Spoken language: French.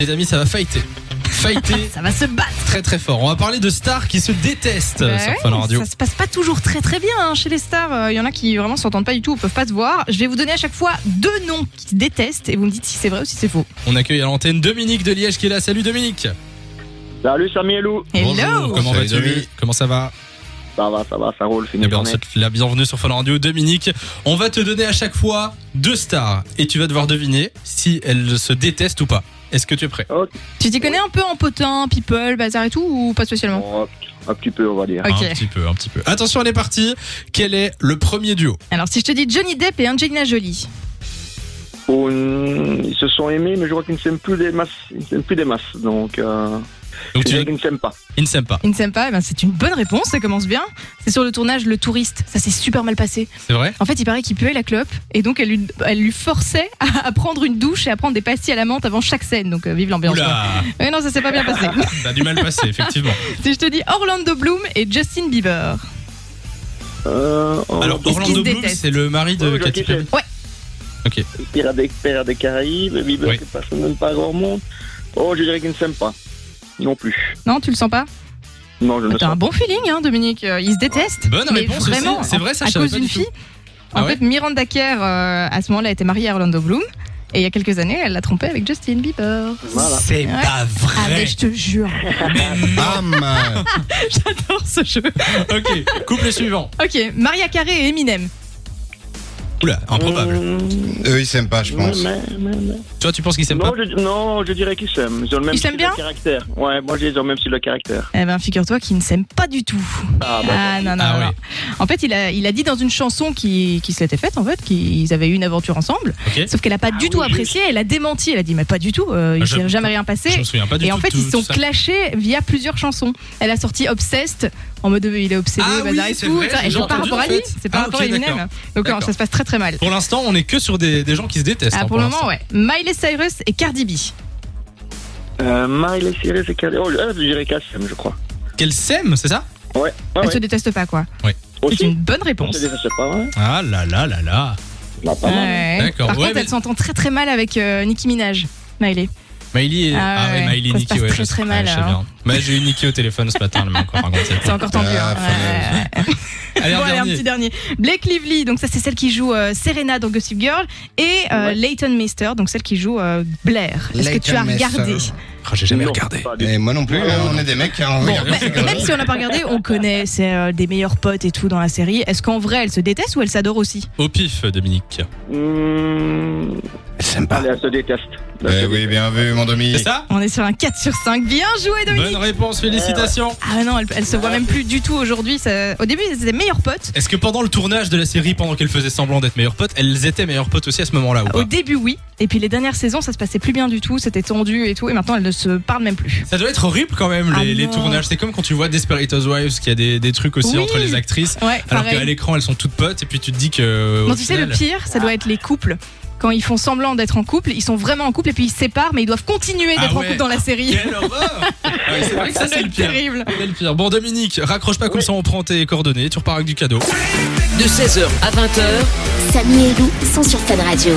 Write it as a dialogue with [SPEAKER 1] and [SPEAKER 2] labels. [SPEAKER 1] Les amis, ça va fighter. Fighter
[SPEAKER 2] Ça va se battre.
[SPEAKER 1] très très fort. On va parler de stars qui se détestent
[SPEAKER 2] Bah
[SPEAKER 1] Euh, sur
[SPEAKER 2] ouais,
[SPEAKER 1] Fun Radio.
[SPEAKER 2] Ça se passe pas toujours très très bien hein, chez les stars. Euh, Il y en a qui vraiment s'entendent pas du tout, peuvent pas se voir. Je vais vous donner à chaque fois deux noms qui se détestent et vous me dites si c'est vrai ou si c'est faux.
[SPEAKER 1] On accueille à l'antenne Dominique de Liège qui est là. Salut Dominique.
[SPEAKER 3] Salut Samielou
[SPEAKER 2] Hello
[SPEAKER 1] Bonjour, comment
[SPEAKER 4] Salut,
[SPEAKER 1] vas-tu
[SPEAKER 4] Dominique.
[SPEAKER 1] Comment ça va
[SPEAKER 3] Ça va, ça va, ça roule, c'est
[SPEAKER 1] Eh
[SPEAKER 3] une
[SPEAKER 1] bien, on te
[SPEAKER 3] journée.
[SPEAKER 1] souhaite la bienvenue sur Fun Radio Dominique. On va te donner à chaque fois deux stars et tu vas devoir deviner si elles se détestent ou pas. Est-ce que tu es prêt
[SPEAKER 2] Tu t'y connais un peu en potin, people, bazar et tout ou pas spécialement
[SPEAKER 3] Bon, un petit peu, on va dire.
[SPEAKER 2] Ok.
[SPEAKER 1] Un petit peu, un petit peu. Attention, on est parti. Quel est le premier duo
[SPEAKER 2] Alors si je te dis Johnny Depp et Angelina Jolie.
[SPEAKER 3] Oh, mm, ils se sont aimés, mais je vois qu'ils ne s'aiment plus des masses. Ils ne s'aiment plus des masses, donc euh,
[SPEAKER 1] Donc
[SPEAKER 3] je
[SPEAKER 1] tu
[SPEAKER 3] dirais
[SPEAKER 1] dis
[SPEAKER 3] qu'ils ne s'aiment pas.
[SPEAKER 1] ils ne s'aiment pas.
[SPEAKER 2] Ils ne s'aiment pas, eh ben, c'est une bonne réponse, ça commence bien. C'est sur le tournage Le Touriste, ça s'est super mal passé.
[SPEAKER 1] C'est vrai
[SPEAKER 2] En fait il paraît qu'il puait la clope et donc elle lui, elle lui forçait à, à prendre une douche et à prendre des pastilles à la menthe avant chaque scène, donc euh, vive l'ambiance. quoi.
[SPEAKER 1] Oula
[SPEAKER 2] Ouais, non ça s'est pas bien passé.
[SPEAKER 1] Ça a du mal passé, effectivement.
[SPEAKER 2] Si je te dis Orlando Bloom et Justin Bieber.
[SPEAKER 3] Euh, on-
[SPEAKER 1] Alors,
[SPEAKER 2] qu'ils se
[SPEAKER 1] Orlando Bloom,
[SPEAKER 2] détestent
[SPEAKER 1] c'est le mari de
[SPEAKER 3] Oui, Oh, je
[SPEAKER 1] Katy
[SPEAKER 3] kiffe.
[SPEAKER 1] Perry. Ok.
[SPEAKER 3] Pirates des, Pirates des Caraïbes, Bieber
[SPEAKER 1] Oui.
[SPEAKER 3] qui passe même pas grand monde. Oh, je dirais qu'ils ne s'aiment pas. Non plus.
[SPEAKER 2] Non, tu le sens pas
[SPEAKER 3] Non, je ne sais
[SPEAKER 2] T'as un
[SPEAKER 3] pas.
[SPEAKER 2] bon feeling, hein, Dominique. Euh, Ils se détestent.
[SPEAKER 1] Bonne
[SPEAKER 2] mais
[SPEAKER 1] réponse
[SPEAKER 2] vraiment, hein,
[SPEAKER 1] aussi. C'est vrai, ça,
[SPEAKER 2] à
[SPEAKER 1] je savais
[SPEAKER 2] cause
[SPEAKER 1] pas
[SPEAKER 2] d'une
[SPEAKER 1] du tout.
[SPEAKER 2] fille. En
[SPEAKER 1] Ah ouais
[SPEAKER 2] fait, Miranda Kerr, euh, à ce moment-là, était mariée à Orlando Bloom. Et il y a quelques années, elle l'a trompé avec Justin Bieber.
[SPEAKER 3] Voilà.
[SPEAKER 1] C'est
[SPEAKER 2] Ouais.
[SPEAKER 1] pas
[SPEAKER 2] Ah, mais je te jure,
[SPEAKER 4] Bam
[SPEAKER 2] j'adore ce jeu.
[SPEAKER 1] ok, couple suivant.
[SPEAKER 2] Ok, Maria Carey et Eminem.
[SPEAKER 1] Oula, improbable.
[SPEAKER 3] Mm,
[SPEAKER 4] Eux, ils s'aiment pas, je pense.
[SPEAKER 3] mais- mais- mais-
[SPEAKER 1] Toi, tu penses qu'ils s'aiment pas
[SPEAKER 3] Non, je, non, je dirais qu'ils s'aiment. Ils ont le même
[SPEAKER 2] Ils s'aiment
[SPEAKER 3] style
[SPEAKER 2] bien
[SPEAKER 3] de caractère. Ouais, moi, je les ai au même style de caractère.
[SPEAKER 2] Eh ben, figure-toi qu'ils ne s'aiment pas du tout.
[SPEAKER 3] Ah, bah,
[SPEAKER 2] Ah non, non,
[SPEAKER 1] Ah
[SPEAKER 2] non.
[SPEAKER 1] oui.
[SPEAKER 2] En fait, il a, il a dit dans une chanson qui, qui se l'était faite, en fait, qu'ils avaient eu une aventure ensemble.
[SPEAKER 1] Ok.
[SPEAKER 2] Sauf qu'elle a pas du
[SPEAKER 3] oui,
[SPEAKER 2] tout
[SPEAKER 3] je-
[SPEAKER 2] apprécié, elle a démenti, elle a dit, mais pas du tout, euh, il
[SPEAKER 1] Ah, je-
[SPEAKER 2] s'est jamais rien passé.
[SPEAKER 1] Je me souviens pas du
[SPEAKER 2] Et
[SPEAKER 1] tout.
[SPEAKER 2] en fait,
[SPEAKER 1] de
[SPEAKER 2] ils
[SPEAKER 1] tout
[SPEAKER 2] se sont
[SPEAKER 1] ça.
[SPEAKER 2] clashés via plusieurs chansons. Elle a sorti Obsessed en mode euh, il est obsédé,
[SPEAKER 1] Ah oui,
[SPEAKER 2] bazar et
[SPEAKER 1] c'est
[SPEAKER 2] tout.
[SPEAKER 1] vrai,
[SPEAKER 2] et ça,
[SPEAKER 1] j'ai
[SPEAKER 2] et c'est par
[SPEAKER 1] entendu,
[SPEAKER 2] rapport
[SPEAKER 1] en
[SPEAKER 2] à lui,
[SPEAKER 1] fait.
[SPEAKER 2] c'est par
[SPEAKER 1] Ah,
[SPEAKER 2] rapport
[SPEAKER 1] ok,
[SPEAKER 2] à Eminem.
[SPEAKER 1] d'accord.
[SPEAKER 2] Donc non,
[SPEAKER 1] D'accord.
[SPEAKER 2] ça se passe très très mal.
[SPEAKER 1] Pour l'instant, on est que sur des, des gens qui se détestent.
[SPEAKER 2] Ah,
[SPEAKER 1] hein,
[SPEAKER 2] pour le moment,
[SPEAKER 1] l'instant.
[SPEAKER 2] ouais. Miley Cyrus et Cardi B.
[SPEAKER 1] Ah
[SPEAKER 3] Euh, Miley Cyrus et Cardi. Oh, je dirais qu'elle s'aime, je crois.
[SPEAKER 1] Qu'elle s'aime, c'est ça
[SPEAKER 3] Ouais, ouais,
[SPEAKER 2] Elle
[SPEAKER 3] ouais.
[SPEAKER 2] se déteste pas, quoi. C'est
[SPEAKER 3] Aussi.
[SPEAKER 2] une bonne réponse.
[SPEAKER 3] Je sais pas, hein. ouais.
[SPEAKER 1] Ah là là là là.
[SPEAKER 3] Bah, pas mal.
[SPEAKER 2] Ouais.
[SPEAKER 1] D'accord,
[SPEAKER 2] Par
[SPEAKER 1] ouais,
[SPEAKER 2] contre,
[SPEAKER 1] mais-
[SPEAKER 2] elle s'entend très très mal avec euh, Nicki Minaj. Miley.
[SPEAKER 1] Miley et.
[SPEAKER 2] Ah ouais,
[SPEAKER 1] Miley et
[SPEAKER 2] ça se
[SPEAKER 1] Nikki,
[SPEAKER 2] passe
[SPEAKER 1] ouais.
[SPEAKER 2] très,
[SPEAKER 1] je-
[SPEAKER 2] très
[SPEAKER 1] ouais,
[SPEAKER 2] mal,
[SPEAKER 1] je sais
[SPEAKER 2] alors.
[SPEAKER 1] bien. Mais j'ai eu Nikki au téléphone ce matin, elle m'a encore raconté.
[SPEAKER 2] C'est encore tendu.
[SPEAKER 4] Ah,
[SPEAKER 2] hein.
[SPEAKER 4] fameuse.
[SPEAKER 2] Ouais.
[SPEAKER 1] Allez, un
[SPEAKER 2] Bon, allez, un
[SPEAKER 1] dernier.
[SPEAKER 2] petit dernier. Blake Lively, donc ça c'est celle qui joue euh, Serena dans Gossip Girl, et euh,
[SPEAKER 3] Ouais.
[SPEAKER 2] Leighton Meester, donc celle qui joue euh, Blair. Est-ce que
[SPEAKER 4] Leighton
[SPEAKER 2] tu as
[SPEAKER 4] Meester.
[SPEAKER 2] regardé
[SPEAKER 1] Ah, j'ai jamais
[SPEAKER 3] Non,
[SPEAKER 1] regardé.
[SPEAKER 3] pas du
[SPEAKER 4] Et moi non plus, hein, on est des mecs. hein, on
[SPEAKER 2] Bon,
[SPEAKER 4] regarde,
[SPEAKER 2] mais-
[SPEAKER 4] c'est
[SPEAKER 2] mais
[SPEAKER 4] comme
[SPEAKER 2] Bah, même
[SPEAKER 4] ça.
[SPEAKER 2] si on n'a pas regardé, on connaît, c'est euh, des meilleurs potes et tout dans la série. Est-ce qu'en vrai, elles se détestent ou elles s'adorent aussi
[SPEAKER 1] Au pif, Dominique.
[SPEAKER 3] tout. Mmh,
[SPEAKER 4] Ils s'aiment
[SPEAKER 1] Ah.
[SPEAKER 4] pas.
[SPEAKER 3] Allez, elle se déteste. Bah, Elle se
[SPEAKER 4] Eh oui, bien vu, mon Domi.
[SPEAKER 1] C'est ça
[SPEAKER 2] On est sur un 4 sur 5. Bien joué, Dominique
[SPEAKER 1] Bonne réponse, félicitations.
[SPEAKER 2] Ah non, elles, elles se voient même plus du tout aujourd'hui. ça- Au début, elles étaient des meilleurs potes.
[SPEAKER 1] Est-ce que pendant le tournage de la série, pendant qu'elle faisait semblant d'être meilleure pote, elles étaient meilleures potes aussi à ce moment-là ou
[SPEAKER 2] Au
[SPEAKER 1] pas
[SPEAKER 2] début, Ah oui. Et puis les dernières saisons, ça se passait plus bien du tout. C'était tendu et tout. Et maintenant, elles ne se parlent même plus.
[SPEAKER 1] Ça doit être horrible quand même les,
[SPEAKER 2] Ah
[SPEAKER 1] les
[SPEAKER 2] non.
[SPEAKER 1] tournages. C'est comme quand tu vois Desperate Housewives qu'il y a des, des trucs aussi
[SPEAKER 2] Oui.
[SPEAKER 1] entre les actrices.
[SPEAKER 2] Ouais,
[SPEAKER 1] Alors qu'à
[SPEAKER 2] pareil.
[SPEAKER 1] l'écran elles sont toutes potes et puis tu te dis que. au
[SPEAKER 2] Non, tu sais, le
[SPEAKER 1] final-
[SPEAKER 2] pire, ça doit être les couples. Quand ils font semblant d'être en couple, ils sont vraiment en couple et puis ils se séparent, mais ils doivent continuer
[SPEAKER 1] Ah
[SPEAKER 2] d'être en
[SPEAKER 1] ouais.
[SPEAKER 2] couple dans la série.
[SPEAKER 1] Quelle horreur Ouais, C'est vrai que ça
[SPEAKER 2] doit
[SPEAKER 1] c'est le
[SPEAKER 2] être
[SPEAKER 1] pire.
[SPEAKER 2] terrible.
[SPEAKER 1] C'est le pire. Bon Dominique, raccroche pas comme ça on prend tes coordonnées, tu repars avec du cadeau.
[SPEAKER 5] de 16h à 20h.
[SPEAKER 6] Samy et Lou sont sur Fan Radio.